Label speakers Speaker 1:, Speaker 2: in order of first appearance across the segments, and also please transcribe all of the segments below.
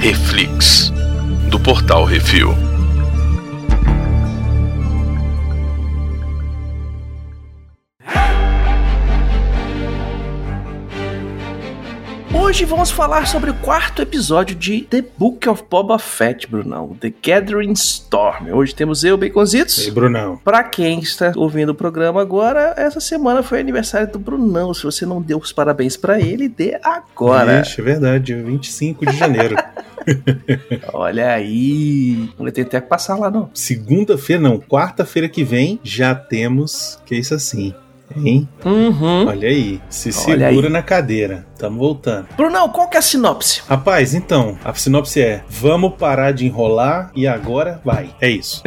Speaker 1: Reflix, do portal Refil.
Speaker 2: Hoje vamos falar sobre o quarto episódio de The Book of Boba Fett, Brunão. The Gathering Storm. Hoje temos eu, Baconzitos.
Speaker 3: Ei, Brunão.
Speaker 2: Pra quem está ouvindo o programa agora, essa semana foi aniversário do Brunão. Se você não deu os parabéns pra ele, dê agora.
Speaker 3: Ixi, é verdade, 25 de janeiro.
Speaker 2: Olha aí. Não tem até que passar lá, não.
Speaker 3: Segunda-feira, não, quarta-feira que vem, já temos. Que isso assim, hein?
Speaker 2: Uhum.
Speaker 3: Olha aí, se
Speaker 2: Olha
Speaker 3: segura
Speaker 2: aí.
Speaker 3: na cadeira. Tamo voltando.
Speaker 2: Brunão, qual que é a sinopse?
Speaker 3: Rapaz, então, a sinopse é: vamos parar de enrolar e agora vai. É isso.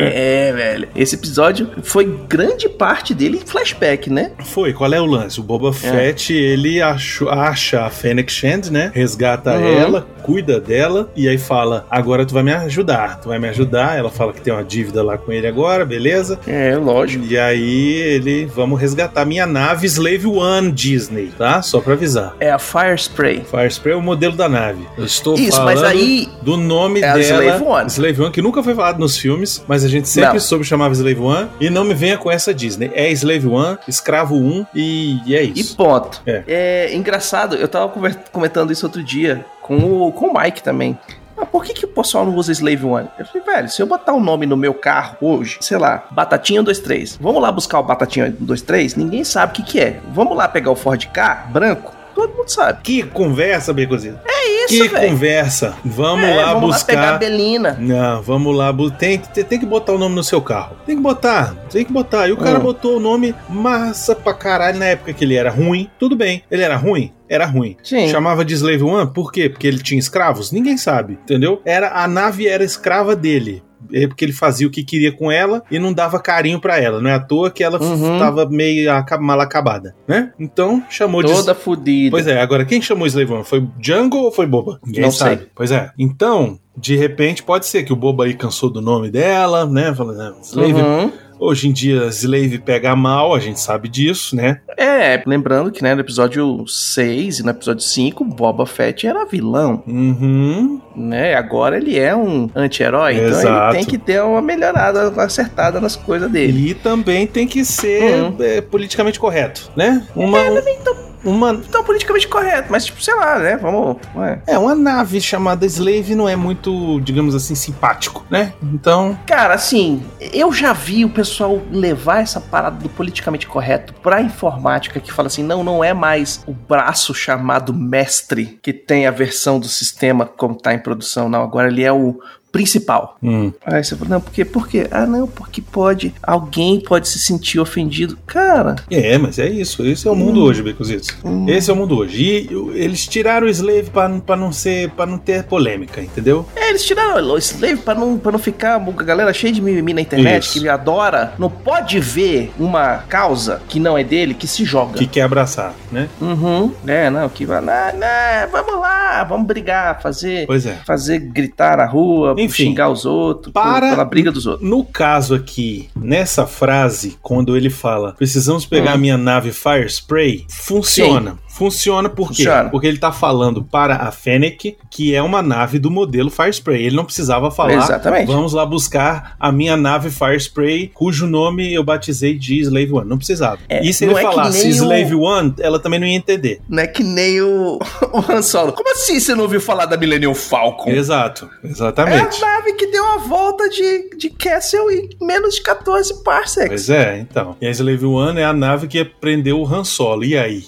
Speaker 2: é, velho. Esse episódio foi grande parte dele flashback, né?
Speaker 3: Foi, qual é o lance? O Boba Fett, ele achou- acha a Fennec Shand, né? Resgata
Speaker 2: Uhum.
Speaker 3: ela, cuida dela e aí fala: agora tu vai me ajudar. Tu vai me ajudar. Ela fala que tem uma dívida lá com ele agora, beleza?
Speaker 2: É, lógico.
Speaker 3: E aí ele, vamos resgatar minha nave Slave One Disney, tá? Só pra avisar.
Speaker 2: É a Fire Spray.
Speaker 3: Fire Spray é o modelo da nave. Eu estou
Speaker 2: Isso,
Speaker 3: falando
Speaker 2: mas aí
Speaker 3: do nome
Speaker 2: é a
Speaker 3: dela.
Speaker 2: Slave One.
Speaker 3: Slave One, que nunca foi falado nos filmes, mas a gente sempre
Speaker 2: Não.
Speaker 3: soube chamava Slave One. E não me venha com essa Disney. É Slave One, Escravo 1 e, e é
Speaker 2: E
Speaker 3: isso.
Speaker 2: ponto. É.
Speaker 3: É.
Speaker 2: engraçado, eu tava conver- comentando isso outro dia com o, com o Mike também. Ah, por que, que o pessoal não usa Slave One? Eu falei, velho, se eu botar um nome no meu carro hoje, sei lá, Batatinha 123, vamos lá buscar o Batatinha 123? Ninguém sabe o que, que é. Vamos lá pegar o Ford K branco? Todo mundo sabe.
Speaker 3: Que conversa, Becozinho.
Speaker 2: É isso,
Speaker 3: Que
Speaker 2: velho.
Speaker 3: conversa. Vamos
Speaker 2: É,
Speaker 3: lá
Speaker 2: vamos lá pegar a
Speaker 3: buscar.
Speaker 2: Belina.
Speaker 3: não, vamos lá. bu- Tem, que- tem que botar o nome no seu carro. Tem que botar, tem que botar. E o cara
Speaker 2: Hum.
Speaker 3: botou o nome massa pra caralho na época que ele era ruim. Tudo bem. Ele era ruim? Era ruim.
Speaker 2: Sim.
Speaker 3: Chamava de Slave One, por quê? Porque ele tinha escravos? Ninguém sabe, entendeu? Era A nave era escrava dele. É porque ele fazia o que queria com ela e não dava carinho pra ela. Não é à toa que ela
Speaker 2: Uhum.
Speaker 3: tava meio aca- mal acabada, né? Então chamou de.
Speaker 2: Toda fodida.
Speaker 3: Pois é, agora quem chamou Slave One? Foi Django ou foi Boba? Ninguém
Speaker 2: Não
Speaker 3: sabe. Pois é. Então, de repente, pode ser que o Boba aí cansou do nome dela, né? Falando, "Ah, Slave.
Speaker 2: Uhum.
Speaker 3: Hoje em dia, Slave pega mal, a gente sabe disso, né?
Speaker 2: É, lembrando que né, no episódio 6 e no episódio 5, Boba Fett era vilão.
Speaker 3: Uhum.
Speaker 2: né? Agora ele é um anti-herói, então ele
Speaker 3: Exato.
Speaker 2: tem que ter uma melhorada, uma acertada nas coisas dele.
Speaker 3: Ele também tem que ser
Speaker 2: Uhum. É,
Speaker 3: é, politicamente correto, né? Uma, um- uma,
Speaker 2: Então, politicamente correto, mas tipo, sei lá, né? Vamos. ué.
Speaker 3: é, uma nave chamada Slave não é muito, digamos assim, simpático, né? Então,
Speaker 2: Cara, assim, eu já vi o pessoal levar essa parada do politicamente correto pra informática que fala assim: não, não é mais o braço chamado mestre que tem a versão do sistema como tá em produção, não. Agora ele é o principal. Aí você fala, não, por quê? Por quê? Ah, não, porque pode. Alguém pode se sentir ofendido. Cara,
Speaker 3: é, mas é isso. Esse é o mundo hoje, Becositos. Esse é o mundo hoje. E eu- eles tiraram o Slave pra pra não ser, para não ter polêmica, entendeu?
Speaker 2: É, eles tiraram o Slave pra não, pra não ficar a galera cheia de mimimi na internet
Speaker 3: Isso.
Speaker 2: que ele adora. Não pode ver uma causa que não é dele que se joga.
Speaker 3: Que quer abraçar, né?
Speaker 2: Uhum. É, não, que vai lá, né, vamos lá, vamos brigar, fazer,
Speaker 3: Pois é.
Speaker 2: fazer gritar na rua,
Speaker 3: Enfim,
Speaker 2: xingar os outros,
Speaker 3: para-
Speaker 2: por- pela briga dos outros.
Speaker 3: No caso aqui, nessa frase, quando ele fala precisamos pegar
Speaker 2: Hum.
Speaker 3: a minha nave Fire Spray, funciona. Funciona por quê?
Speaker 2: Funciona.
Speaker 3: Porque ele tá falando para a Fennec, que é uma nave do modelo Fire Spray. Ele não precisava falar.
Speaker 2: Exatamente.
Speaker 3: Vamos lá buscar a minha nave Fire Spray, cujo nome eu batizei de Slave One. Não precisava.
Speaker 2: É,
Speaker 3: e se
Speaker 2: não
Speaker 3: ele
Speaker 2: é que
Speaker 3: falasse
Speaker 2: nem o-
Speaker 3: Slave One, ela também não ia entender.
Speaker 2: Não é que nem o, o Han Solo. Como assim você não ouviu falar da Millennium Falcon?
Speaker 3: Exato,
Speaker 2: É a
Speaker 3: exatamente.
Speaker 2: nave que deu a volta de, de Castle em menos de 14 parsecs.
Speaker 3: Pois é, então. E a Slave One é a nave que prendeu o Han Solo. E aí?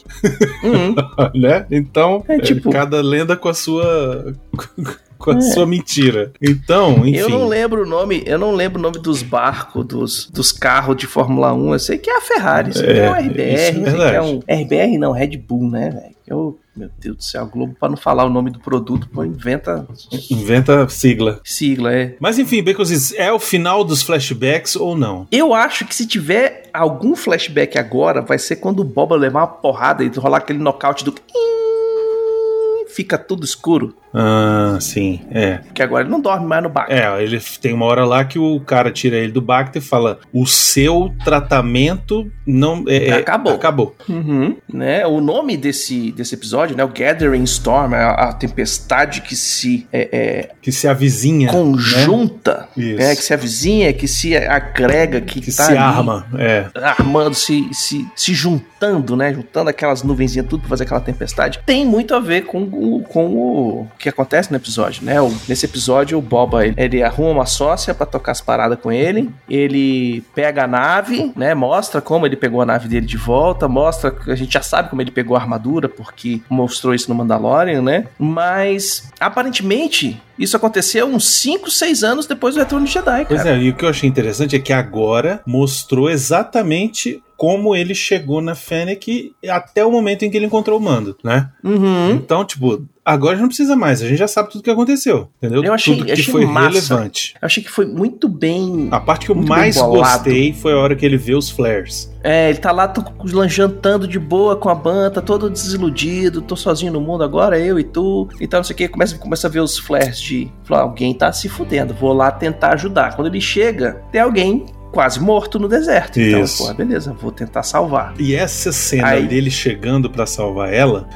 Speaker 2: Uhum.
Speaker 3: né? Então,
Speaker 2: É,
Speaker 3: é,
Speaker 2: tipo- É.
Speaker 3: cada lenda com a sua com a sua mentira. Então, enfim.
Speaker 2: Eu não lembro o nome, eu não lembro o nome dos barcos, dos, dos carros de Fórmula 1. Eu sei que é a Ferrari, sei que é um
Speaker 3: É,
Speaker 2: RBR,
Speaker 3: isso é
Speaker 2: sei que
Speaker 3: verdade.
Speaker 2: é um RBR não, Red Bull, né, velho? Eu, meu Deus do céu, a Globo para não falar o nome do produto, pô, inventa
Speaker 3: Inventa a sigla.
Speaker 2: sigla, é.
Speaker 3: Mas enfim, Baconzitos, é o final dos flashbacks ou não?
Speaker 2: Eu acho que se tiver algum flashback agora, vai ser quando o Boba levar uma porrada e rolar aquele nocaute do fica tudo escuro.
Speaker 3: Ah, sim, é.
Speaker 2: Porque agora ele não dorme mais no Bacter.
Speaker 3: É, ele tem uma hora lá que o cara tira ele do Bacter e fala: o seu tratamento não. é- é-
Speaker 2: Acabou."
Speaker 3: Acabou.
Speaker 2: Uhum, né? O nome desse, desse episódio, né? O Gathering Storm, a, a tempestade que se é, é,
Speaker 3: Que se avizinha.
Speaker 2: conjunta,
Speaker 3: Né? Isso.
Speaker 2: né? que se avizinha, que se agrega, que,
Speaker 3: Que
Speaker 2: tá
Speaker 3: se
Speaker 2: ali
Speaker 3: arma. É.
Speaker 2: armando, se, se, se juntando, né? Juntando aquelas nuvenzinhas, tudo pra fazer aquela tempestade, tem muito a ver com, o- com o que acontece no episódio, né? O- nesse episódio, o Boba, ele, ele arruma uma sócia pra tocar as paradas com ele, ele pega a nave, né? Mostra como ele pegou a nave dele de volta, mostra, a gente já sabe como ele pegou a armadura, porque mostrou isso no Mandalorian, né? Mas, aparentemente, isso aconteceu uns 5, 6 anos depois do Retorno de Jedi,
Speaker 3: Pois
Speaker 2: cara.
Speaker 3: é, e o que eu achei interessante é que agora mostrou exatamente como ele chegou na Fennec até o momento em que ele encontrou o mando, né?
Speaker 2: Uhum.
Speaker 3: Então, tipo, agora já não precisa mais, a gente já sabe tudo o que aconteceu, entendeu?
Speaker 2: Eu achei-
Speaker 3: tudo que
Speaker 2: achei
Speaker 3: foi
Speaker 2: massa.
Speaker 3: relevante.
Speaker 2: Eu achei que foi muito bem
Speaker 3: A parte que eu
Speaker 2: Muito bem
Speaker 3: mais
Speaker 2: bolado.
Speaker 3: gostei foi a hora que ele vê os flares.
Speaker 2: É, ele tá lá tô, lan- jantando de boa com a banda, tá todo desiludido, tô sozinho no mundo agora, eu e tu, e tal, não sei o que. Começa, começa a ver os flares de. Falar, alguém tá se fudendo, vou lá tentar ajudar. Quando ele chega, tem alguém quase morto no deserto.
Speaker 3: Isso.
Speaker 2: Então, pô, beleza, vou tentar salvar.
Speaker 3: E essa cena
Speaker 2: Aí.
Speaker 3: dele chegando pra salvar ela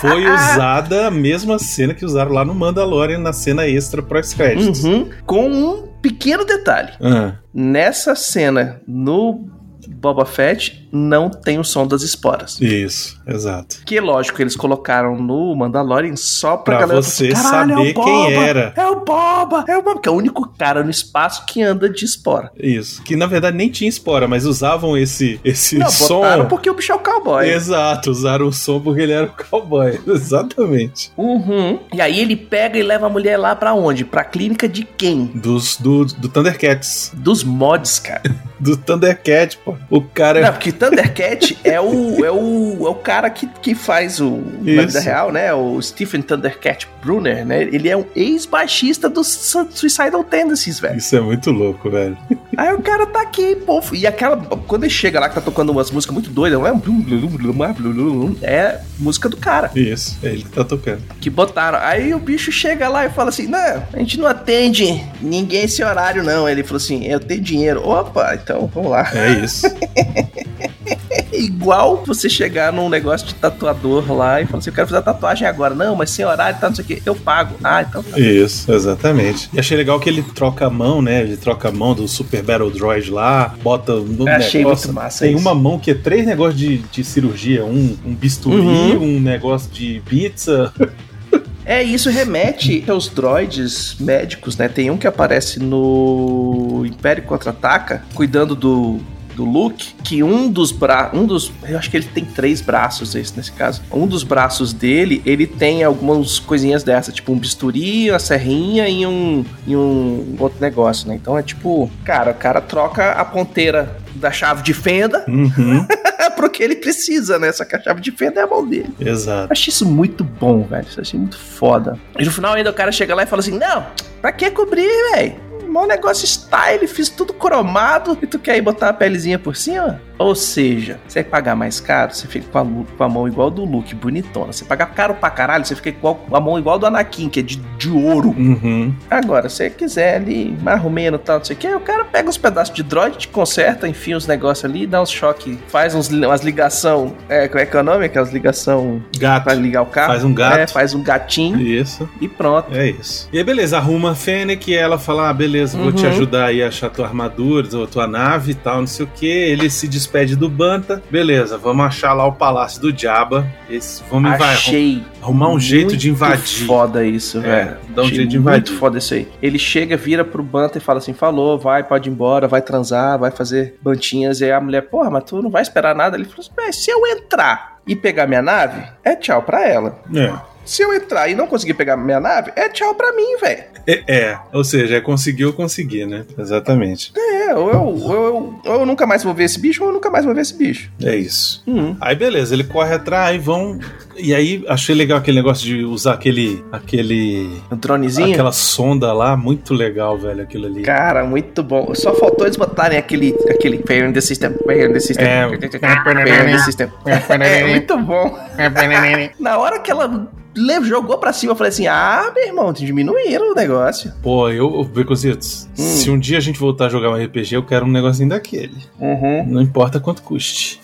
Speaker 3: foi usada a mesma cena que usaram lá no Mandalorian na cena extra para os créditos.
Speaker 2: Uhum, com um pequeno detalhe.
Speaker 3: Ah,
Speaker 2: Nessa cena, no Boba Fett, não tem o som das esporas.
Speaker 3: isso, exato.
Speaker 2: Que lógico, eles colocaram no Mandalorian só pra,
Speaker 3: Pra
Speaker 2: galera
Speaker 3: você
Speaker 2: "Caralho, é o
Speaker 3: saber
Speaker 2: Boba,
Speaker 3: quem era."
Speaker 2: É o Boba, é o Boba, que é o único cara no espaço que anda de espora.
Speaker 3: Isso. Que na verdade nem tinha espora, mas usavam esse, esse
Speaker 2: Não,
Speaker 3: som.
Speaker 2: botaram porque o bicho é o cowboy.
Speaker 3: Exato, usaram o som porque ele era o cowboy. Exatamente.
Speaker 2: Uhum. E aí ele pega e leva a mulher lá pra onde? Pra clínica de quem?
Speaker 3: Dos, do, do Thundercats.
Speaker 2: Dos mods, cara.
Speaker 3: Do Thundercat, pô. O cara. é
Speaker 2: Não, porque Thundercat é o, é o, é o cara que, que faz o. Na
Speaker 3: Isso.
Speaker 2: vida real, né? O Stephen Thundercat Brunner, né? Ele é um ex-baixista dos Su- Suicidal Tendencies, velho.
Speaker 3: Isso é muito louco, velho.
Speaker 2: Aí o cara tá aqui, pô. E aquela. Quando ele chega lá, que tá tocando umas músicas muito doidas, não é? Blum, blum, blum, blum, blum, blum, é música do cara
Speaker 3: Isso, é ele que tá tocando.
Speaker 2: que botaram. Aí o bicho chega lá e fala assim: Não, a gente não atende ninguém esse horário, não. Ele falou assim: Eu tenho dinheiro. Opa, então vamos lá.
Speaker 3: É isso.
Speaker 2: É igual você chegar num negócio de tatuador lá e falar assim: Eu quero fazer a tatuagem agora. Não, mas sem horário, tá, não sei o quê. Eu pago. Ah, então tá.
Speaker 3: Isso, exatamente. E achei legal que ele troca a mão, né? Ele troca a mão do Super Battle Droid lá, bota no
Speaker 2: Achei
Speaker 3: negócio.
Speaker 2: muito massa
Speaker 3: Tem
Speaker 2: isso.
Speaker 3: uma mão que é três negócios de, de cirurgia, um, um bisturi,
Speaker 2: Uhum.
Speaker 3: um negócio de pizza.
Speaker 2: É, isso remete aos droids médicos, né? Tem um que aparece no Império Contra-Ataca, cuidando do, do Luke, que um dos braços. Um dos. Eu acho que ele tem três braços esse nesse caso. Um dos braços dele, ele tem algumas coisinhas dessa, tipo um bisturi, uma serrinha e um, e um outro negócio, né? Então é tipo, cara, o cara troca a ponteira da chave de fenda é
Speaker 3: Uhum,
Speaker 2: pro que ele precisa, né? Só que a chave de fenda é a mão dele. Eu
Speaker 3: exato.
Speaker 2: achei isso muito bom, velho. Isso eu achei muito foda. E no final ainda o cara chega lá e fala assim: Não, pra que cobrir, velho? Mó negócio style, fiz tudo cromado e tu quer ir botar a pelezinha por cima? Ou seja, você quer pagar mais caro, você fica com a, lu- com a mão igual do Luke, bonitona. Você pagar caro pra caralho, você fica com a- com a mão igual do Anakin, que é de, de ouro.
Speaker 3: Uhum.
Speaker 2: Agora, se você quiser ali, mais ou menos, tal, não sei o que, o cara pega uns pedaços de droid, te conserta, enfia uns negócios ali, dá uns choques, faz uns, umas ligação, é, como é que é o nome? Aquelas ligação
Speaker 3: Gato.
Speaker 2: Pra ligar o carro.
Speaker 3: Faz um gato.
Speaker 2: É, faz um gatinho
Speaker 3: Isso,
Speaker 2: e pronto.
Speaker 3: é isso. E aí, beleza, arruma a Fennec e ela fala: Ah, beleza, vou
Speaker 2: Uhum.
Speaker 3: te ajudar aí a achar tua armadura, ou tua nave e tal, não sei o que. Ele se despede do Banta. Beleza, vamos achar lá o palácio do Jabba. Esse, vamos invadir.
Speaker 2: Achei.
Speaker 3: Arrumar um jeito de
Speaker 2: muito
Speaker 3: invadir.
Speaker 2: Foda isso,
Speaker 3: É,
Speaker 2: velho.
Speaker 3: dá um
Speaker 2: Achei
Speaker 3: jeito de
Speaker 2: Muito
Speaker 3: invadir.
Speaker 2: foda isso aí. Ele chega, vira pro Banta e fala assim: falou, vai, pode ir embora, vai transar, vai fazer bantinhas. E aí a mulher, porra, mas tu não vai esperar nada. Ele falou assim: "Mas se eu entrar e pegar minha nave, é tchau pra ela.
Speaker 3: É.
Speaker 2: Se eu entrar e não conseguir pegar minha nave, é tchau pra mim, velho.
Speaker 3: É, é. ou seja, é conseguir ou conseguir, né? Exatamente.
Speaker 2: É, É, ou eu, ou eu, ou eu nunca mais vou ver esse bicho, ou eu nunca mais vou ver esse bicho.
Speaker 3: É isso.
Speaker 2: Hum.
Speaker 3: Aí beleza, ele corre atrás, vão. E aí achei legal aquele negócio de usar aquele. aquele.
Speaker 2: Um dronezinho.
Speaker 3: aquela sonda lá, muito legal, velho, aquilo ali.
Speaker 2: Cara, muito bom. Só faltou eles botarem aquele. aquele Pair in the System, Pair in the System.
Speaker 3: É.
Speaker 2: Pair in the System. É muito bom. Na hora que ela le- jogou pra cima, eu falei assim: ah, meu irmão, diminuíram o negócio.
Speaker 3: Pô, eu, Becositos,
Speaker 2: Hum.
Speaker 3: se um dia a gente voltar a jogar um RPG, eu quero um negocinho daquele.
Speaker 2: Uhum.
Speaker 3: Não importa quanto custe.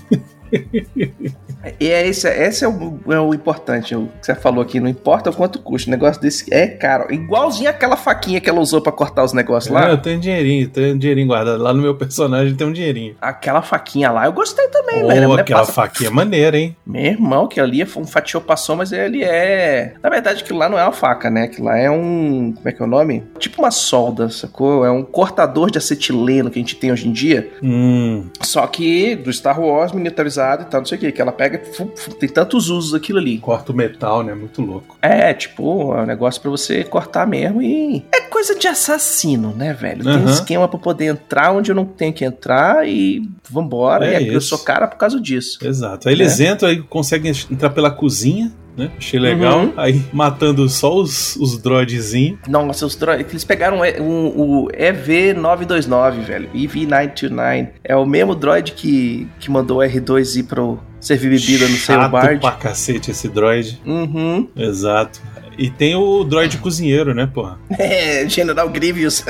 Speaker 2: E é esse, esse é, o, é o importante, o que você falou aqui. Não importa o quanto custa, o negócio desse é caro. Igualzinho aquela faquinha que ela usou pra cortar os negócios
Speaker 3: Não,
Speaker 2: lá.
Speaker 3: É, eu tenho dinheirinho, tenho um dinheirinho guardado. Lá no meu personagem tem um dinheirinho.
Speaker 2: Aquela faquinha lá, eu gostei também, velho. A
Speaker 3: Pô,
Speaker 2: mulher
Speaker 3: aquela
Speaker 2: passa-
Speaker 3: faquinha é maneira, hein?
Speaker 2: Meu irmão, que ali foi um fatiou passou, mas ele é. Na verdade, aquilo lá não é uma faca, né? Aquilo lá é um. Como é que é o nome? Tipo uma solda, sacou? É um cortador de acetileno que a gente tem hoje em dia.
Speaker 3: Hum,
Speaker 2: Só que do Star Wars, miniaturizado e tal, não sei o que. Que ela pega. fu- fu- Tem tantos usos aquilo ali.
Speaker 3: corta o metal, né? Muito louco.
Speaker 2: É, tipo, é um negócio pra você cortar mesmo e. É coisa de assassino, né, velho? Tem um
Speaker 3: Aham.
Speaker 2: esquema pra poder entrar onde eu não tenho que entrar e vambora.
Speaker 3: É
Speaker 2: e eu
Speaker 3: isso.
Speaker 2: sou cara por causa disso.
Speaker 3: Exato.
Speaker 2: É.
Speaker 3: Aí eles entram, aí conseguem entrar pela cozinha, né? Achei legal.
Speaker 2: Uhum.
Speaker 3: Aí matando só os, os droidzinhos.
Speaker 2: Nossa, os drones. Eles pegaram um, E- um- o EV929, velho. EV929. É o mesmo droid que, que mandou o R2 ir pro servir bebida no seu
Speaker 3: Chato
Speaker 2: bar.
Speaker 3: pra cacete esse droid.
Speaker 2: Uhum.
Speaker 3: Exato. E tem o droid cozinheiro, né, porra?
Speaker 2: É, General Grievous.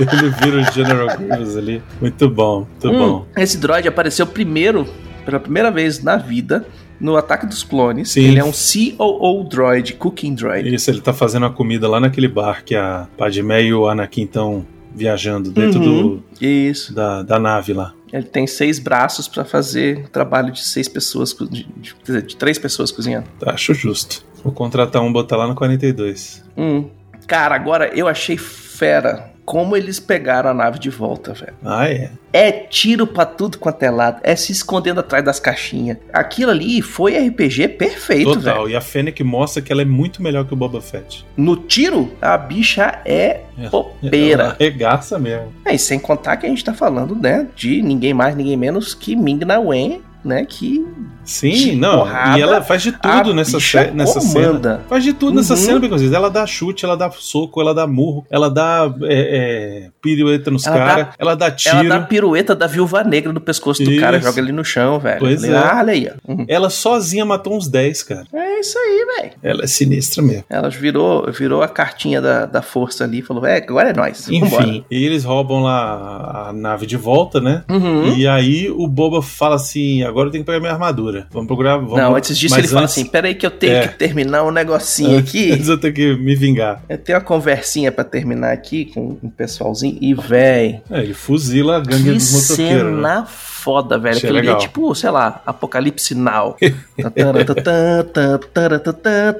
Speaker 3: Ele vira o General Grievous ali. Muito bom, muito
Speaker 2: Hum,
Speaker 3: bom.
Speaker 2: Esse droid apareceu primeiro, pela primeira vez na vida, no Ataque dos Clones.
Speaker 3: Sim.
Speaker 2: Ele é um COO droid, Cooking droid.
Speaker 3: Isso, ele tá fazendo a comida lá naquele bar que a Padmé e o Anakin estão viajando dentro
Speaker 2: Uhum.
Speaker 3: do,
Speaker 2: Isso.
Speaker 3: da, da nave lá.
Speaker 2: Ele tem seis braços pra fazer o trabalho de seis pessoas, co- de, de, quer dizer, de três pessoas cozinhando.
Speaker 3: Acho justo. Vou contratar um, botar lá no 42.
Speaker 2: Hum. Cara, agora eu achei fera como eles pegaram a nave de volta, velho.
Speaker 3: Ah, é.
Speaker 2: É tiro pra tudo quanto é lado, é se escondendo atrás das caixinhas. Aquilo ali foi RPG perfeito,
Speaker 3: Total.
Speaker 2: velho.
Speaker 3: E a Fennec mostra que ela é muito melhor que o Boba Fett.
Speaker 2: No tiro, a bicha é
Speaker 3: É. Ela
Speaker 2: popeira.
Speaker 3: arregaça mesmo.
Speaker 2: É, e sem contar que a gente tá falando, né, de ninguém mais, ninguém menos que Ming-Na Wen, né, que
Speaker 3: Sim,
Speaker 2: De
Speaker 3: não.
Speaker 2: porrada,
Speaker 3: e ela faz de tudo
Speaker 2: a
Speaker 3: nessa,
Speaker 2: bicha é
Speaker 3: ce- nessa cena.
Speaker 2: comanda.
Speaker 3: Faz de tudo nessa
Speaker 2: Uhum.
Speaker 3: cena, Beconzitos. Ela dá chute, ela dá soco, ela dá murro, ela dá é, é, pirueta nos
Speaker 2: Ela
Speaker 3: caras, ela dá tiro.
Speaker 2: Ela
Speaker 3: Ela,
Speaker 2: dá a pirueta da viúva negra no pescoço do
Speaker 3: Isso.
Speaker 2: cara, joga ele no chão, velho.
Speaker 3: Pois
Speaker 2: Falei,
Speaker 3: é.
Speaker 2: Ah, olha aí. ó. Uhum.
Speaker 3: sozinha matou uns 10, cara.
Speaker 2: É isso aí, velho.
Speaker 3: Ela é sinistra mesmo.
Speaker 2: Ela virou, virou a cartinha da, da força ali e falou: é, agora é nóis. vambora."
Speaker 3: Enfim, e eles roubam lá a nave de volta, né?
Speaker 2: Uhum.
Speaker 3: E aí o Boba fala assim: agora eu tenho que pegar minha armadura. Vamos procurar. Vamos
Speaker 2: Não, antes disso ele
Speaker 3: Mas
Speaker 2: fala
Speaker 3: antes-
Speaker 2: assim: peraí, que eu tenho
Speaker 3: É.
Speaker 2: que terminar um negocinho aqui.
Speaker 3: Antes eu tenho que me vingar.
Speaker 2: Eu tenho uma conversinha pra terminar aqui com um pessoalzinho. E, véi,
Speaker 3: É, ele fuzila a gangue
Speaker 2: que
Speaker 3: dos motoqueiros. Né?
Speaker 2: cena foda, velho.
Speaker 3: Isso é
Speaker 2: Aquilo ali é
Speaker 3: legal.
Speaker 2: tipo, sei lá, Apocalipse Now. Tataratã, tataratã,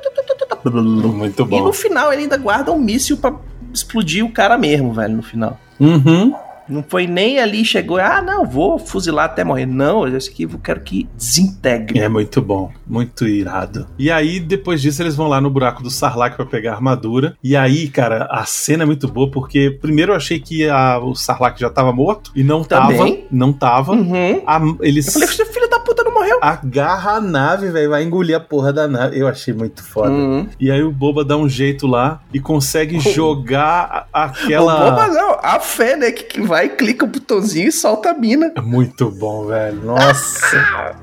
Speaker 2: tataratã.
Speaker 3: Muito
Speaker 2: E
Speaker 3: bom.
Speaker 2: no final ele ainda guarda um míssil pra explodir o cara mesmo, velho, no final.
Speaker 3: Uhum.
Speaker 2: Não foi nem ali, chegou, ah, não, vou fuzilar até morrer. Não, esse aqui eu quero que desintegre.
Speaker 3: É muito bom, muito irado. E aí, depois disso, eles vão lá no buraco do Sarlacc pra pegar a armadura. E aí, cara, a cena é muito boa, porque primeiro eu achei que a- o Sarlacc já tava morto, e não tava.
Speaker 2: Também.
Speaker 3: Não tava.
Speaker 2: Uhum.
Speaker 3: A, eles
Speaker 2: Eu falei, você filho da puta não morreu.
Speaker 3: agarra a nave, velho, vai engolir a porra da nave. Eu achei muito foda.
Speaker 2: Uhum.
Speaker 3: E aí o Boba dá um jeito lá e consegue jogar a-
Speaker 2: Hum. O boba
Speaker 3: aquela...
Speaker 2: não, a fé, né, que, que vai, clica o botãozinho e solta a mina.
Speaker 3: É Muito bom, velho. Nossa.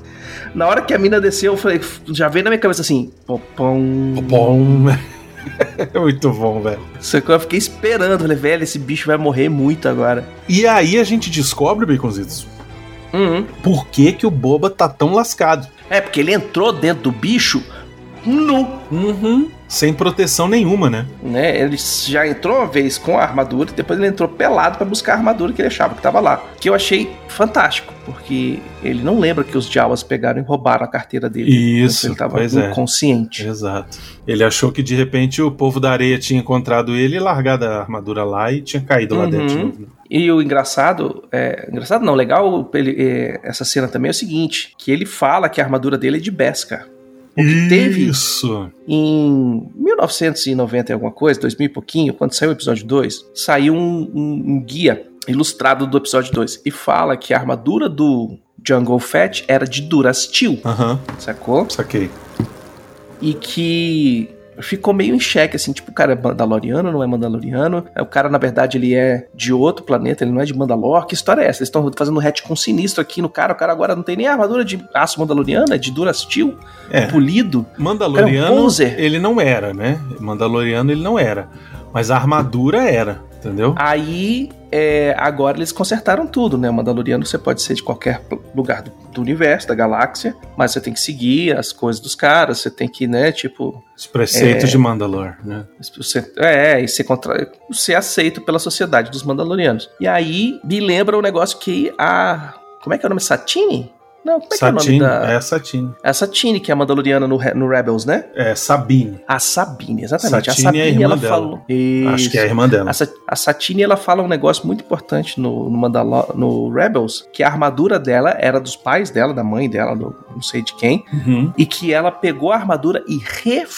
Speaker 2: Na hora que a mina desceu, eu falei, já veio na minha cabeça assim, popão.
Speaker 3: bom. É muito bom, velho.
Speaker 2: Sacou? Eu fiquei esperando, falei, velho, esse bicho vai morrer muito agora.
Speaker 3: E aí a gente descobre, Baconzitos,
Speaker 2: Uhum.
Speaker 3: por que, que o Boba tá tão lascado.
Speaker 2: É, porque ele entrou dentro do bicho nu.
Speaker 3: Uhum. Sem proteção nenhuma, né?
Speaker 2: Né? Ele já entrou uma vez com a armadura, depois ele entrou pelado pra buscar a armadura que ele achava que tava lá. Que eu achei fantástico, porque ele não lembra que os Jawas pegaram e roubaram a carteira dele. Então,
Speaker 3: Isso,
Speaker 2: ele tava
Speaker 3: pois é.
Speaker 2: inconsciente.
Speaker 3: Exato. Ele achou que de repente o povo da areia tinha encontrado ele e largado a armadura lá e tinha caído lá
Speaker 2: Uhum.
Speaker 3: dentro de novo. né?
Speaker 2: E o engraçado, é, engraçado não, legal ele- é, essa cena também é o seguinte, que ele fala que a armadura dele é de Beskar. O que teve
Speaker 3: Isso.
Speaker 2: em 1900 1990 e alguma coisa, 2000 e pouquinho, quando saiu o episódio 2, saiu um, um- um guia ilustrado do episódio 2 e fala que a armadura do Jungle Fett era de Durastil,
Speaker 3: Aham,
Speaker 2: sacou?
Speaker 3: saquei.
Speaker 2: e que ficou meio em xeque, assim, tipo, o cara é mandaloriano, não é mandaloriano, o cara, na verdade, ele é de outro planeta, ele não é de Mandalor, que história é essa? Eles estão fazendo um retcon sinistro aqui no cara, o cara agora não tem nem armadura de aço mandaloriano, é de Durastil,
Speaker 3: É.
Speaker 2: polido. Era um
Speaker 3: Mandaloriano,
Speaker 2: poser.
Speaker 3: ele não era, né? Mandaloriano, ele não era. Mas a armadura era, entendeu?
Speaker 2: Aí, é, agora eles consertaram tudo, né? O Mandaloriano você pode ser de qualquer pl- lugar do, do universo, da galáxia, mas você tem que seguir as coisas dos caras, você tem que, né, tipo,
Speaker 3: Os preceitos de Mandalor, né?
Speaker 2: Você, é, e ser, contra, ser aceito pela sociedade dos Mandalorianos. E aí me lembra um negócio que a. Como é que é o nome? Satine? Não, como é
Speaker 3: Satine,
Speaker 2: que é o nome da.
Speaker 3: é Satine.
Speaker 2: É a Satine, que é a Mandaloriana no, Re- no Rebels, né?
Speaker 3: É Sabine,
Speaker 2: A Sabine, exatamente.
Speaker 3: Satine
Speaker 2: a Sabine,
Speaker 3: é a irmã
Speaker 2: ela
Speaker 3: dela.
Speaker 2: falou. Isso.
Speaker 3: acho que é a irmã dela.
Speaker 2: A, Sa- a Satine ela fala um negócio muito importante no, no, Mandalor, no Rebels, que a armadura dela era dos pais dela, da mãe dela, do- não sei de quem,
Speaker 3: Uhum.
Speaker 2: e que ela pegou a armadura e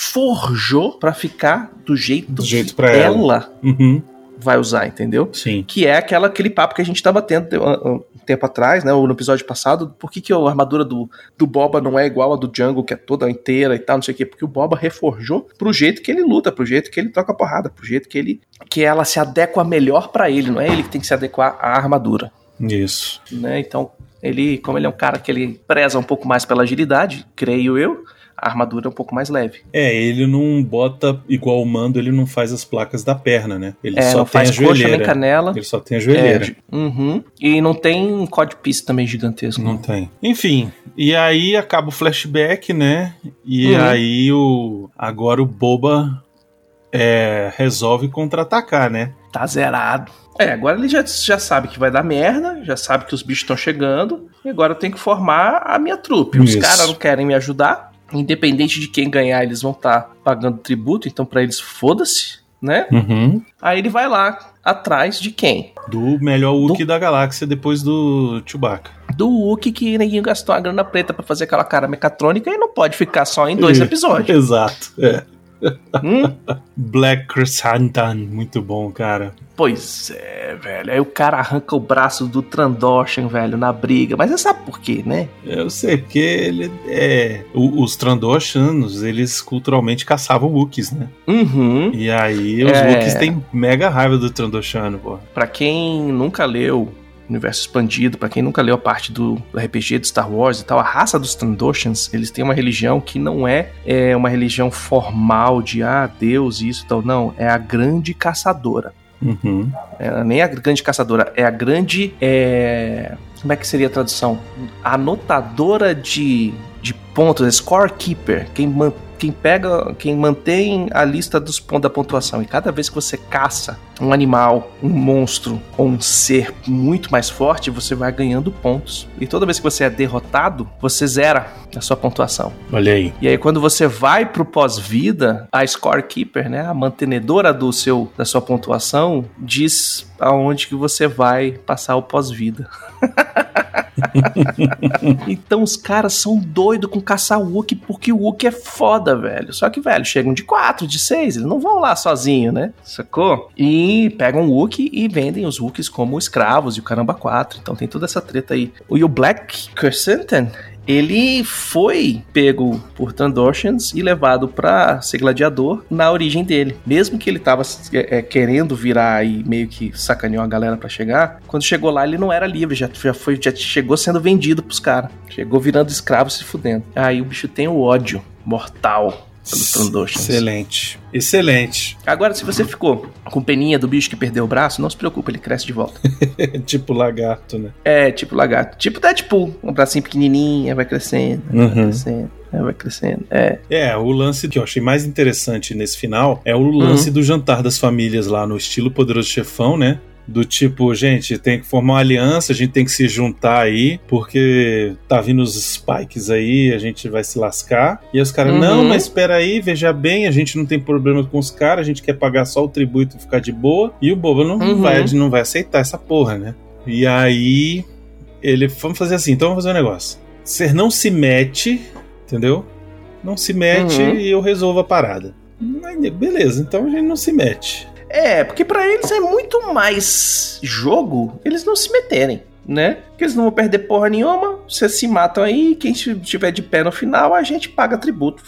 Speaker 2: reforjou pra ficar do jeito,
Speaker 3: Do jeito pra
Speaker 2: que
Speaker 3: ela.
Speaker 2: ela
Speaker 3: Uhum.
Speaker 2: vai usar, entendeu?
Speaker 3: Sim.
Speaker 2: Que é aquela, aquele papo que a gente tava tendo uh, uh, um tempo atrás, né? Ou no episódio passado, por que, que a armadura do, do Boba não é igual a do Django, que é toda inteira e tal, não sei o quê? Porque o Boba reforjou pro jeito que ele luta, pro jeito que ele toca porrada, pro jeito que ele. que ela se adequa melhor pra ele, não é ele que tem que se adequar à armadura,
Speaker 3: Isso.
Speaker 2: né? Então, ele, como ele é um cara que ele preza um pouco mais pela agilidade, creio eu, a armadura é um pouco mais leve.
Speaker 3: É, ele não bota igual o mando, ele não faz as placas da perna, né? Ele
Speaker 2: É,
Speaker 3: só
Speaker 2: não
Speaker 3: tem
Speaker 2: faz
Speaker 3: a
Speaker 2: coxa nem
Speaker 3: joelheira.
Speaker 2: canela.
Speaker 3: Ele só tem a joelheira.
Speaker 2: É, uhum. E não tem um codpiece também gigantesco.
Speaker 3: Não tem. Enfim, e aí acaba o flashback, né? E
Speaker 2: Uhum.
Speaker 3: aí o agora o Boba é, resolve contra-atacar, né?
Speaker 2: Tá zerado. É, agora ele já, já sabe que vai dar merda, já sabe que os bichos estão chegando, e agora eu tenho que formar a minha trupe. Os
Speaker 3: Isso.
Speaker 2: caras não querem me ajudar, independente de quem ganhar, eles vão estar pagando tributo, então pra eles foda-se, né? Aí ele vai lá atrás de quem?
Speaker 3: Do melhor Wookiee da galáxia depois do Chewbacca.
Speaker 2: Do Wookie que neguinho gastou uma grana preta pra fazer aquela cara mecatrônica e não pode ficar só em dois episódios.
Speaker 3: Exato. É.
Speaker 2: Hum?
Speaker 3: Black Chrysanthemum, muito bom, cara.
Speaker 2: Pois é, velho. Aí o cara arranca o braço do Trandoshan, velho, na briga. Mas você sabe por quê, né?
Speaker 3: Eu sei, porque ele é. o- Os Trandoshanos, eles culturalmente caçavam Wookiees, né?
Speaker 2: Uhum.
Speaker 3: E aí os
Speaker 2: É.
Speaker 3: Wookiees têm mega raiva do Trandoshano, pô.
Speaker 2: Pra quem nunca leu Universo Expandido, pra quem nunca leu a parte do, do RPG de Star Wars e tal, a raça dos Trandoshans, eles têm uma religião que não é, é uma religião formal de ah, Deus e isso e tal, não, é a grande caçadora.
Speaker 3: Uhum.
Speaker 2: É, nem a grande caçadora, é a grande é, como é que seria a tradução? Anotadora de, de pontos, scorekeeper, quem man- quem pega, quem mantém a lista dos pontos da pontuação. E cada vez que você caça um animal, um monstro ou um ser muito mais forte, você vai ganhando pontos. E toda vez que você é derrotado, você zera a sua pontuação.
Speaker 3: Olha aí.
Speaker 2: E aí quando você vai pro pós-vida, a scorekeeper, né, a mantenedora do seu da sua pontuação, diz aonde que você vai passar o pós-vida. então os caras são doidos com caçar o Wookie porque o Wookie é foda, velho. Só que, velho, chegam de 4, de 6, eles não vão lá sozinho, né? Sacou? E pegam o Wookie e vendem os Wookies como escravos e o caramba 4. Então tem toda essa treta aí. E o Black Crescenten, ele foi pego por Trandoshans e levado pra ser gladiador na origem dele. Mesmo que ele tava é, é, querendo virar e meio que sacaneou a galera pra chegar, quando chegou lá ele não era livre, já, já foi, já chegou sendo vendido pros caras. Chegou virando escravo se fudendo. Aí o bicho tem o ódio mortal pelos Trandoshans.
Speaker 3: Excelente. Excelente.
Speaker 2: Agora, se você ficou com peninha do bicho que perdeu o braço, não se preocupe, ele cresce de volta.
Speaker 3: tipo lagarto, né?
Speaker 2: É, tipo lagarto. Tipo Deadpool. Um bracinho pequenininho, aí vai crescendo, aí vai
Speaker 3: Uhum.
Speaker 2: crescendo, aí vai crescendo. É.
Speaker 3: É, o lance que eu achei mais interessante nesse final é o lance
Speaker 2: Uhum.
Speaker 3: do jantar das famílias lá no estilo Poderoso Chefão, né? Do tipo, gente, tem que formar uma aliança, a gente tem que se juntar aí, porque tá vindo os spikes aí, a gente vai se lascar. E aí os caras,
Speaker 2: Uhum.
Speaker 3: não, mas espera aí, veja bem, a gente não tem problema com os caras, a gente quer pagar só o tributo e ficar de boa. E o bobo não,
Speaker 2: Uhum.
Speaker 3: vai, não vai aceitar essa porra, né? E aí ele, vamos fazer assim, então vamos fazer um negócio. Você não se mete, entendeu? Não se mete
Speaker 2: Uhum.
Speaker 3: e eu resolvo a parada. Beleza, então a gente não se mete.
Speaker 2: É, porque pra eles é muito mais jogo eles não se meterem, né? Porque eles não vão perder porra nenhuma, vocês se matam aí, quem estiver de pé no final, a gente paga tributo.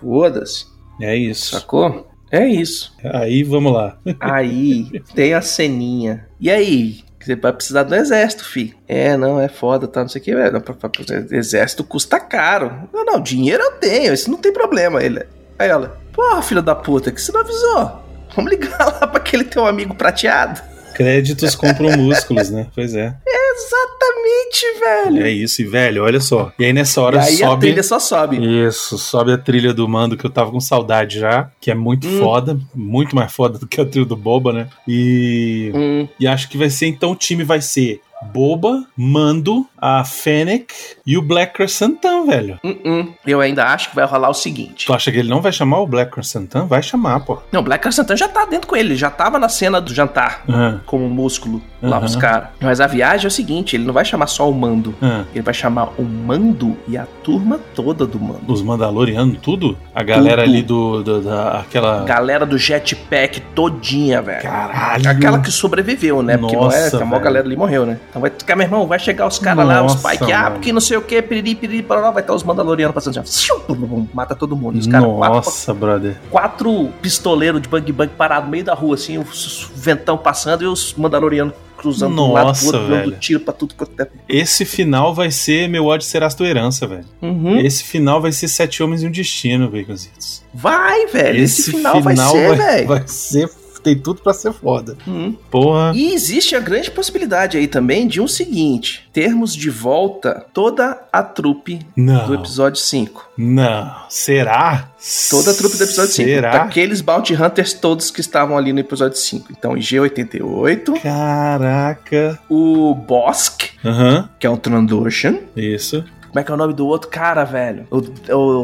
Speaker 2: Foda-se,
Speaker 3: É isso.
Speaker 2: sacou? É isso.
Speaker 3: Aí vamos lá.
Speaker 2: Aí tem a ceninha. E aí? Você vai precisar do exército, fi. É, não, é foda, tá, não sei o que. É, não, pra- pra- pra- exército custa caro. Não, não, dinheiro eu tenho, isso não tem problema. Ele, aí ela, porra, filha da puta, que você não avisou? Vamos ligar lá pra aquele teu amigo prateado.
Speaker 3: Créditos compram músculos, né? Pois é.
Speaker 2: Exatamente, velho.
Speaker 3: É isso, e velho, olha só. E aí nessa hora
Speaker 2: e aí a
Speaker 3: sobe.
Speaker 2: trilha assim. só sobe.
Speaker 3: Isso, sobe a trilha do Mando, que eu tava com saudade já, que é muito
Speaker 2: Hum.
Speaker 3: foda, muito mais foda do que a trilha do Boba, né? E,
Speaker 2: Hum,
Speaker 3: e acho que vai ser, então, o time vai ser Boba, Mando, a Fennec e o Black Crescentan, velho.
Speaker 2: hum, hum. Eu ainda acho que vai rolar o seguinte.
Speaker 3: Tu acha que ele não vai chamar o Black Crescentan? Vai chamar, pô.
Speaker 2: Não, Black Santana já tá dentro com ele, ele já tava na cena do jantar
Speaker 3: Ah,
Speaker 2: como músculo lá
Speaker 3: Aham.
Speaker 2: pros caras. Mas a viagem é o seguinte, ele não vai chamar só o Mando.
Speaker 3: ah.
Speaker 2: Ele vai chamar o Mando e a turma toda do Mando.
Speaker 3: Os Mandalorianos, tudo? A galera
Speaker 2: Tudo.
Speaker 3: ali do, do- da, aquela...
Speaker 2: Galera do jetpack todinha, velho.
Speaker 3: Caralho!
Speaker 2: Aquela que sobreviveu, né?
Speaker 3: Nossa,
Speaker 2: Porque é, a maior
Speaker 3: velho.
Speaker 2: galera ali morreu, né? Então vai ficar, meu irmão, vai chegar os caras lá, os
Speaker 3: Nossa,
Speaker 2: Spike, ah,
Speaker 3: mano.
Speaker 2: porque não sei o que, piriri, piriri, parará, vai estar os mandalorianos passando assim, já. Siu, bum, bum, bum, Mata todo mundo. Os caras, quatro,
Speaker 3: Nossa, brother.
Speaker 2: quatro pistoleiros de bang bang parados no meio da rua, assim, o s- ventão passando e os mandalorianos cruzando de um lado pro
Speaker 3: Nossa,
Speaker 2: outro, dando
Speaker 3: velho.
Speaker 2: tiro pra tudo quanto é.
Speaker 3: Esse final vai ser meu ódio será a tua herança, velho.
Speaker 2: Uhum.
Speaker 3: Esse final vai ser Sete Homens e um Destino, Baconzitos.
Speaker 2: Vai, velho. Esse, É, final, vai ser, velho.
Speaker 3: Vai ser, tem tudo pra ser foda.
Speaker 2: Uhum.
Speaker 3: Porra.
Speaker 2: E existe a grande possibilidade aí também de um seguinte: termos de volta toda a trupe
Speaker 3: Não.
Speaker 2: do episódio 5.
Speaker 3: Não. Será?
Speaker 2: Toda a trupe do episódio tá 5.
Speaker 3: Será?
Speaker 2: Daqueles Bounty Hunters todos que estavam ali no episódio 5. Então, G88,
Speaker 3: Caraca.
Speaker 2: o Bosk,
Speaker 3: Aham.
Speaker 2: que é um Trandoshan.
Speaker 3: Isso.
Speaker 2: Como é que é o nome do outro cara, velho? O,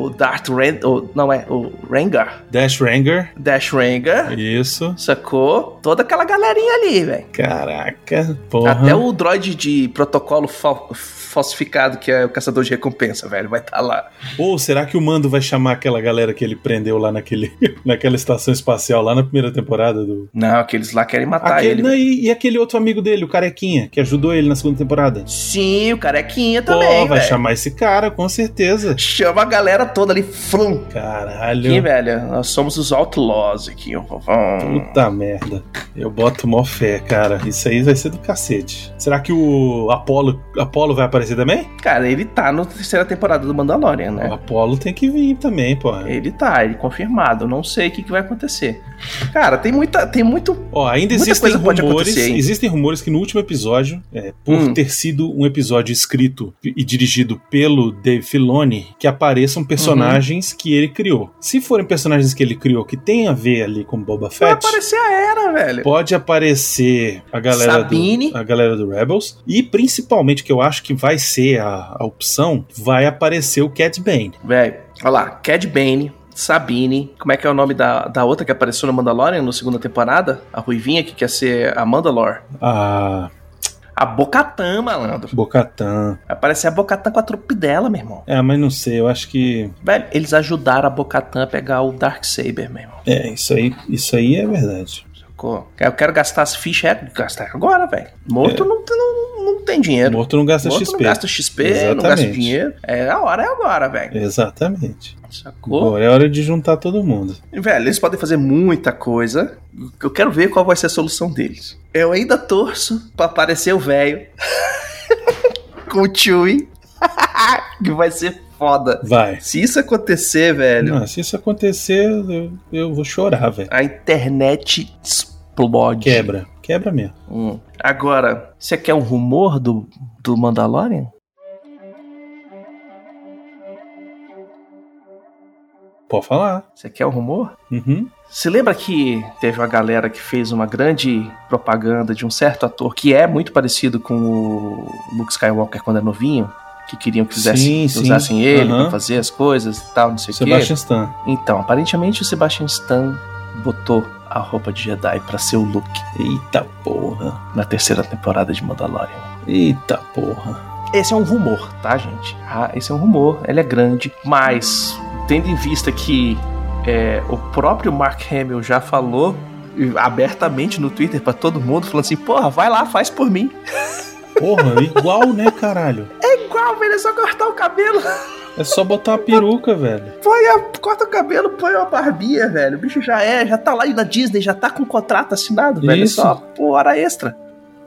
Speaker 2: o Darth Ren... o- não, é. O Rengar.
Speaker 3: Dash Ranger.
Speaker 2: Dash Rengar.
Speaker 3: Isso.
Speaker 2: Sacou? Toda aquela galerinha ali, velho.
Speaker 3: Caraca. Porra.
Speaker 2: Até o droid de protocolo fal- falsificado, que é o caçador de recompensa, velho, vai estar lá.
Speaker 3: Ou será que o Mando vai chamar aquela galera que ele prendeu lá naquele, naquela estação espacial, lá na primeira temporada do.
Speaker 2: Não, aqueles lá querem matar
Speaker 3: Aquele-
Speaker 2: Ah, tá, ele.
Speaker 3: não, e, e aquele outro amigo dele, o Carequinha, que ajudou ele na segunda temporada?
Speaker 2: Sim, o carequinha
Speaker 3: é Pô,
Speaker 2: também,
Speaker 3: vai
Speaker 2: velho.
Speaker 3: chamar esse cara, com certeza.
Speaker 2: Chama a galera toda ali, flum.
Speaker 3: Caralho.
Speaker 2: Aqui, velho, nós somos os Outlaws aqui. ó. Vum.
Speaker 3: Puta merda. Eu boto mó fé, cara. Isso aí vai ser do cacete. Será que o Apolo, Apolo vai aparecer também?
Speaker 2: Cara, ele tá na terceira temporada do Mandalorian,
Speaker 3: O
Speaker 2: né?
Speaker 3: Apolo tem que vir também, pô.
Speaker 2: Ele tá, ele confirmado. Não sei o que, que vai acontecer. Cara, tem muita. Tem muito.
Speaker 3: Ó,
Speaker 2: Muita
Speaker 3: ainda existem
Speaker 2: coisa pode
Speaker 3: rumores.
Speaker 2: acontecer, hein?
Speaker 3: Existem rumores que no último episódio, é, por
Speaker 2: Hum.
Speaker 3: ter sido um episódio escrito e dirigido pelo Dave Filoni, que apareçam personagens que ele criou. Se forem personagens que ele criou que tem a ver ali com Boba
Speaker 2: Vai
Speaker 3: Fett.
Speaker 2: aparecer a era, velho.
Speaker 3: Pode aparecer a galera
Speaker 2: Sabine.
Speaker 3: do a galera do Rebels e principalmente que eu acho que vai ser a, a opção, vai aparecer o Cat Bane.
Speaker 2: Velho, olha lá, Cad Bane, Sabine, como é que é o nome da, da outra que apareceu na Mandalorian na segunda temporada? A Ruivinha que quer ser a Mandalore.
Speaker 3: A
Speaker 2: A Bocatã, malandro.
Speaker 3: Bocatan.
Speaker 2: Aparece a Bocatã com a trupe dela, meu irmão.
Speaker 3: É, mas não sei, eu acho que
Speaker 2: Velho, eles ajudaram a Bocatã a pegar o Darksaber, meu irmão.
Speaker 3: é, isso aí, isso aí é verdade.
Speaker 2: Sacou? Eu quero gastar as fichas, é gastar agora, velho. Morto não, tem- não, não tem dinheiro.
Speaker 3: É. Morto não gasta
Speaker 2: É, Morto
Speaker 3: XP.
Speaker 2: não gasta XP, não gasta
Speaker 3: Exatamente.
Speaker 2: dinheiro. É a hora, é agora, velho.
Speaker 3: Exatamente.
Speaker 2: Sacou?
Speaker 3: Agora é hora de juntar todo mundo.
Speaker 2: Velho, eles podem fazer muita coisa. Eu quero ver qual vai ser a solução deles. Eu ainda torço pra aparecer o velho com o Chewie, que vai ser foda.
Speaker 3: Vai.
Speaker 2: Se isso acontecer, velho,
Speaker 3: Não, se isso acontecer, eu, eu vou chorar, velho.
Speaker 2: a internet explode.
Speaker 3: Quebra, quebra mesmo.
Speaker 2: Hum. Agora, você quer um rumor do, do Mandalorian?
Speaker 3: Pode falar.
Speaker 2: Você quer um rumor?
Speaker 3: Uhum.
Speaker 2: Se lembra que teve uma galera que fez uma grande propaganda de um certo ator que é muito parecido com o Luke Skywalker quando é novinho? Que queriam que fizessem,
Speaker 3: Sim, sim.
Speaker 2: usassem ele
Speaker 3: Aham.
Speaker 2: pra fazer as coisas e tal, não sei o quê.
Speaker 3: Sebastian Stan.
Speaker 2: Então, aparentemente o Sebastian Stan botou a roupa de Jedi pra ser o Luke
Speaker 3: Eita porra.
Speaker 2: na terceira temporada de Mandalorian.
Speaker 3: Eita porra.
Speaker 2: Esse é um rumor, tá, gente? Ah, esse é um rumor, ele é grande, mas tendo em vista que É, o próprio Mark Hamill já falou abertamente no Twitter pra todo mundo, falando assim: porra, vai lá, faz por mim.
Speaker 3: Porra, igual, né, caralho?
Speaker 2: É igual, velho, é só cortar o cabelo.
Speaker 3: É só botar a peruca, velho.
Speaker 2: Põe a, corta o cabelo, põe uma barbinha, velho. O bicho já é, já tá lá na Disney, já tá com o contrato assinado, velho.
Speaker 3: Isso.
Speaker 2: É só pô, hora extra.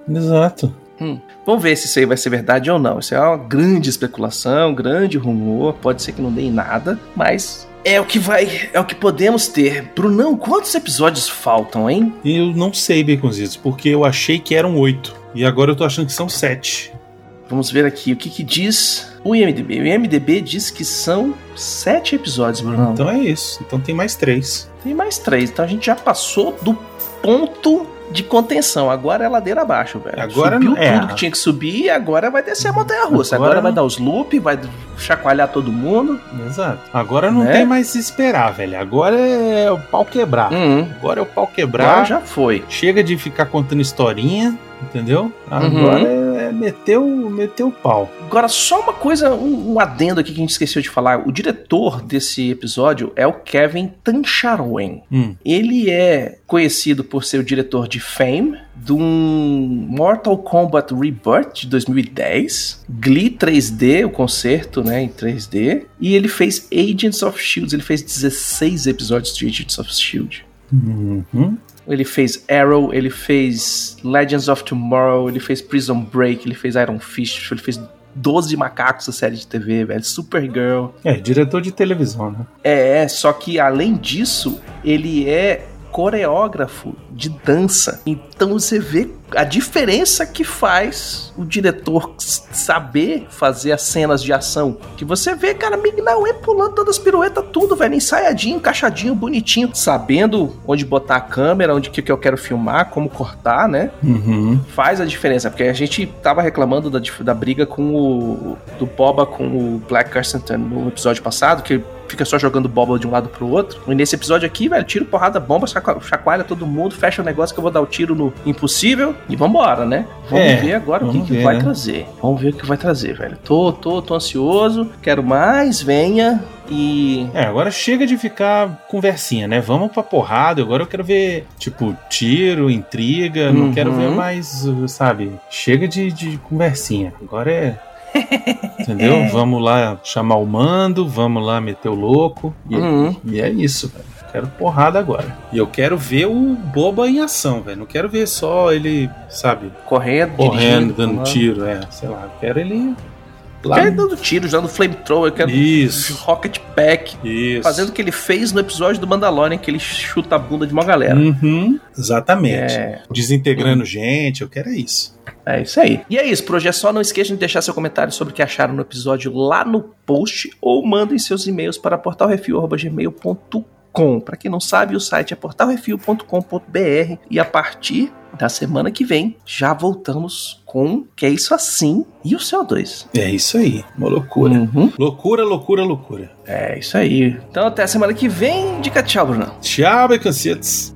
Speaker 3: Exato.
Speaker 2: Hum. Vamos ver se isso aí vai ser verdade ou não. Isso é uma grande especulação, um grande rumor. Pode ser que não dê em nada, mas é o que vai, é o que podemos ter. Brunão, quantos episódios faltam, hein?
Speaker 3: E eu não sei, Baconzitos, porque eu achei que eram oito. E agora eu tô achando que são sete.
Speaker 2: Vamos ver aqui o que, que diz o IMDb. O IMDb diz que são sete episódios, Brunão.
Speaker 3: Então é isso. Então tem mais três.
Speaker 2: Tem mais três, então a gente já passou do ponto de contenção. Agora é ladeira abaixo, velho.
Speaker 3: Agora
Speaker 2: Subiu
Speaker 3: não- é.
Speaker 2: tudo que tinha que subir e agora vai descer a montanha russa.
Speaker 3: Agora
Speaker 2: Agora, vai
Speaker 3: não-
Speaker 2: dar os loop, vai chacoalhar todo mundo.
Speaker 3: Exato. Agora não
Speaker 2: Né?
Speaker 3: tem mais se esperar, velho. Agora é o pau quebrar.
Speaker 2: Hum,
Speaker 3: Agora é o pau
Speaker 2: agora
Speaker 3: quebrar.
Speaker 2: já foi.
Speaker 3: Chega de ficar contando historinha, entendeu? Agora é, é meter, o, meter o pau.
Speaker 2: Agora, só uma coisa, um, um adendo aqui que a gente esqueceu de falar. O diretor desse episódio é o Kevin Tancharoen.
Speaker 3: Hum.
Speaker 2: Ele é conhecido por ser o diretor de Fame, de um Mortal Kombat Rebirth de 2010, Glee 3D, o concerto, né, em 3D, e ele fez Agents of Shield, ele fez 16 episódios de Agents of Shield.
Speaker 3: Uhum.
Speaker 2: Ele fez Arrow, ele fez Legends of Tomorrow, ele fez Prison Break, ele fez Iron Fist, ele fez 12 macacos, a série de TV, velho, Supergirl,
Speaker 3: É, diretor de televisão, né?
Speaker 2: é, é, só que além disso, ele é coreógrafo de dança. Então você vê a diferença que faz o diretor s- saber fazer as cenas de ação. Que você vê, cara, Mignaue pulando todas as piruetas, tudo, velho, ensaiadinho, encaixadinho, bonitinho. Sabendo onde botar a câmera, onde que, que eu quero filmar, como cortar, né?
Speaker 3: Uhum.
Speaker 2: faz a diferença, porque a gente tava reclamando da, dif- da briga com o do Boba com o Black Carstentan no episódio passado, que fica só jogando Boba de um lado pro outro. E nesse episódio aqui, velho, tiro, porrada, bomba, chaco- chacoalha todo mundo, fecha o negócio que eu vou dar o tiro no impossível e vambora, né? Vamos
Speaker 3: É,
Speaker 2: ver agora o que,
Speaker 3: vamos
Speaker 2: que
Speaker 3: ver,
Speaker 2: vai
Speaker 3: né?
Speaker 2: trazer. Vamos ver o que vai trazer, velho. Tô, tô, tô ansioso, quero mais, venha e
Speaker 3: É, agora chega de ficar conversinha, né? Vamos pra porrada. Agora eu quero ver, tipo, tiro, intriga. Não
Speaker 2: Uhum.
Speaker 3: quero ver mais, uh, sabe? Chega de, de conversinha. Agora é. Entendeu? Vamos lá chamar o mando, vamos lá meter o louco. E,
Speaker 2: Uhum.
Speaker 3: e é isso, velho. Quero porrada agora. E eu quero ver o Boba em ação, velho. Não quero ver só ele, sabe,
Speaker 2: correndo,
Speaker 3: correndo,
Speaker 2: dirigindo,
Speaker 3: dando
Speaker 2: falando.
Speaker 3: tiro, é. Sei lá, eu quero ele lá.
Speaker 2: Quero dando tiro, dando flamethrower, quero
Speaker 3: Isso.
Speaker 2: rocket pack.
Speaker 3: Isso.
Speaker 2: Fazendo o que ele fez no episódio do Mandalorian, que ele chuta a bunda de uma galera.
Speaker 3: Uhum, exatamente.
Speaker 2: É,
Speaker 3: Desintegrando gente, eu quero é isso.
Speaker 2: é isso aí. E é isso, por hoje é só. Não esqueçam de deixar seu comentário sobre o que acharam no episódio lá no post ou mandem seus e-mails para portalrefil.gmail.com. Para quem não sabe, o site é portalrefil.com.br e a partir da semana que vem já voltamos com Que é Isso Assim e o CO2.
Speaker 3: É isso aí, uma loucura.
Speaker 2: Uhum.
Speaker 3: Loucura, loucura, loucura.
Speaker 2: É isso aí. Então até a semana que vem. Dica tchau, Bruno.
Speaker 3: Tchau, Becancitos.